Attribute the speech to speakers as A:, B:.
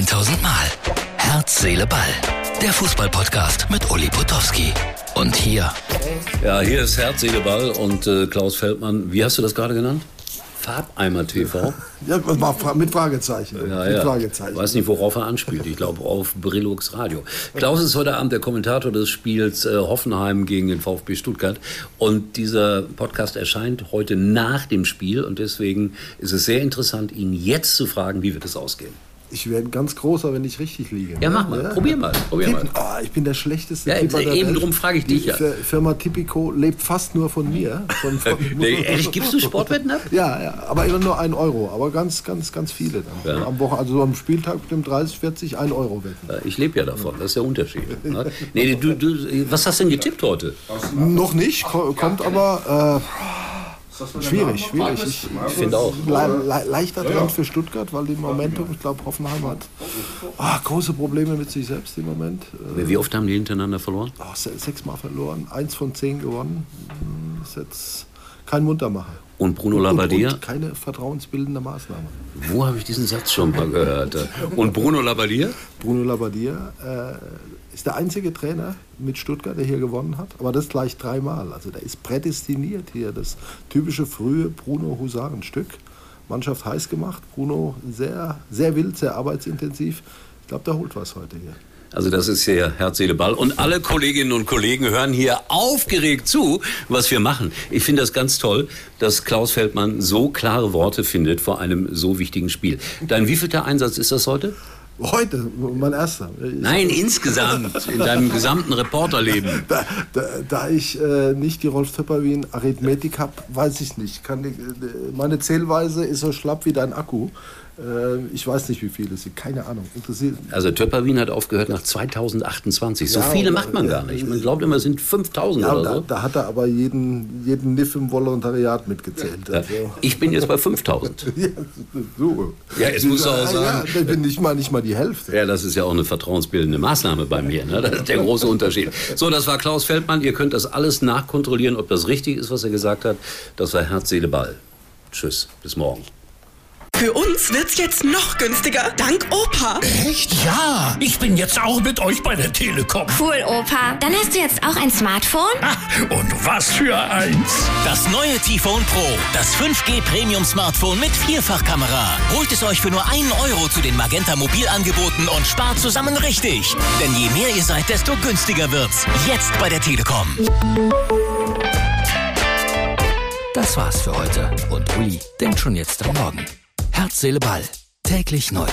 A: 1000 Mal. Herz, Seele, Ball. Der Fußballpodcast mit Uli Potowski. Und hier
B: Ja, hier ist Herz, Seele, Ball und äh, Klaus Feldmann. Wie hast du das gerade genannt? Farbeimer TV.
C: Ja, das war Fra mit Fragezeichen.
B: Ja,
C: mit
B: ja.
C: Fragezeichen.
B: Weiß nicht, worauf er anspielt. Ich glaube, auf Brillux Radio. Klaus ist heute Abend der Kommentator des Spiels äh, Hoffenheim gegen den VfB Stuttgart. Und dieser Podcast erscheint heute nach dem Spiel. Und deswegen ist es sehr interessant, ihn jetzt zu fragen, wie wird es ausgehen.
C: Ich werde ein ganz großer, wenn ich richtig liege.
B: Ja, mach mal. Probier mal. Probier mal.
C: Tippen. Ah, ich bin der schlechteste
B: Ja,
C: Tipper der
B: eben
C: Welt.
B: drum frage ich
C: Die
B: dich ja.
C: Fir- Firma Tipico lebt fast nur von mir. Von, von
B: Nee, ehrlich, gibst du Sportwetten ab?
C: Ja, ja, aber immer nur ein Euro. Aber ganz, ganz, ganz viele dann. Am Woche, also so am Spieltag mit dem 30, 40, ein Euro wetten.
B: Äh, Ich lebe ja davon, das ist der Unterschied. Ne? Nee, du, du, was hast du denn getippt heute?
C: Noch nicht, ko kommt aber äh, schwierig, schwierig. Ich,
B: Ich finde auch.
C: Le le leichter Trend für Stuttgart, weil die Momentum, ich glaube, Hoffenheim hat ah, große Probleme mit sich selbst im Moment. Äh,
B: Wie oft haben die hintereinander verloren?
C: oh, se- Sechsmal verloren, eins von zehn gewonnen. Hm, Ist jetzt kein Muntermacher.
B: Und Bruno
C: Und,
B: Labbadia?
C: und keine vertrauensbildende Maßnahme.
B: Wo habe ich diesen Satz schon mal gehört? Und Bruno Labbadia?
C: Bruno Labbadia äh, ist der einzige Trainer mit Stuttgart, der hier gewonnen hat, aber das gleich dreimal. Also der ist prädestiniert hier, das typische frühe Bruno Husarenstück. Mannschaft heiß gemacht, Bruno sehr, sehr wild, sehr arbeitsintensiv. Ich glaube, der holt was heute hier.
B: Also das ist hier Herz, Seele, Ball. Und alle Kolleginnen und Kollegen hören hier aufgeregt zu, was wir machen. Ich finde das ganz toll, dass Klaus Feldmann so klare Worte findet vor einem so wichtigen Spiel. Dein wievielter Einsatz ist das heute?
C: Heute, mein erster. Ich-
B: Nein, insgesamt, in deinem gesamten Reporterleben.
C: Da, da, da ich äh, nicht die Rolf Töpperwien Arithmetik habe, weiß ich nicht. Kann, ich- äh, meine Zählweise ist so schlapp wie dein Akku. Äh, ich weiß nicht, wie viele es sind. Keine Ahnung. Interessiert,
B: Also Töpperwien hat aufgehört nach 2028. So
C: Ja,
B: viele
C: und-
B: macht man gar nicht. Man glaubt immer, es sind 5000
C: Ja,
B: oder
C: da,
B: so.
C: da hat er aber jeden, jeden Niff im Volontariat mitgezählt.
B: Ja,
C: Also.
B: Ich bin jetzt bei 5000.
C: Ja, so.
B: Ja, jetzt muss er auch
C: Ah, Ja,
B: sagen.
C: ich bin nicht mal, nicht mal die Hälfte.
B: Ja, das ist ja auch eine vertrauensbildende Maßnahme bei mir. Ne? Das ist der große Unterschied. So, das war Klaus Feldmann. Ihr könnt das alles nachkontrollieren, ob das richtig ist, was er gesagt hat. Das war Herz, Seele, Ball. Tschüss, bis morgen.
D: Für uns wird's jetzt noch günstiger, dank Opa.
E: Echt? Ja, ich bin jetzt auch mit euch bei der Telekom.
F: Cool, Opa. Dann hast du jetzt auch ein Smartphone?
E: Ah, und was für eins.
G: Das neue T-Phone Pro, das 5G Premium Smartphone mit Vierfachkamera. Holt es euch für nur einen Euro zu den Magenta Mobilangeboten und spart zusammen richtig. Denn je mehr ihr seid, desto günstiger wird's. Jetzt bei der Telekom.
A: das war's für heute. Und Uli denkt schon jetzt am Morgen. Herz, Seele, Ball. Täglich neu.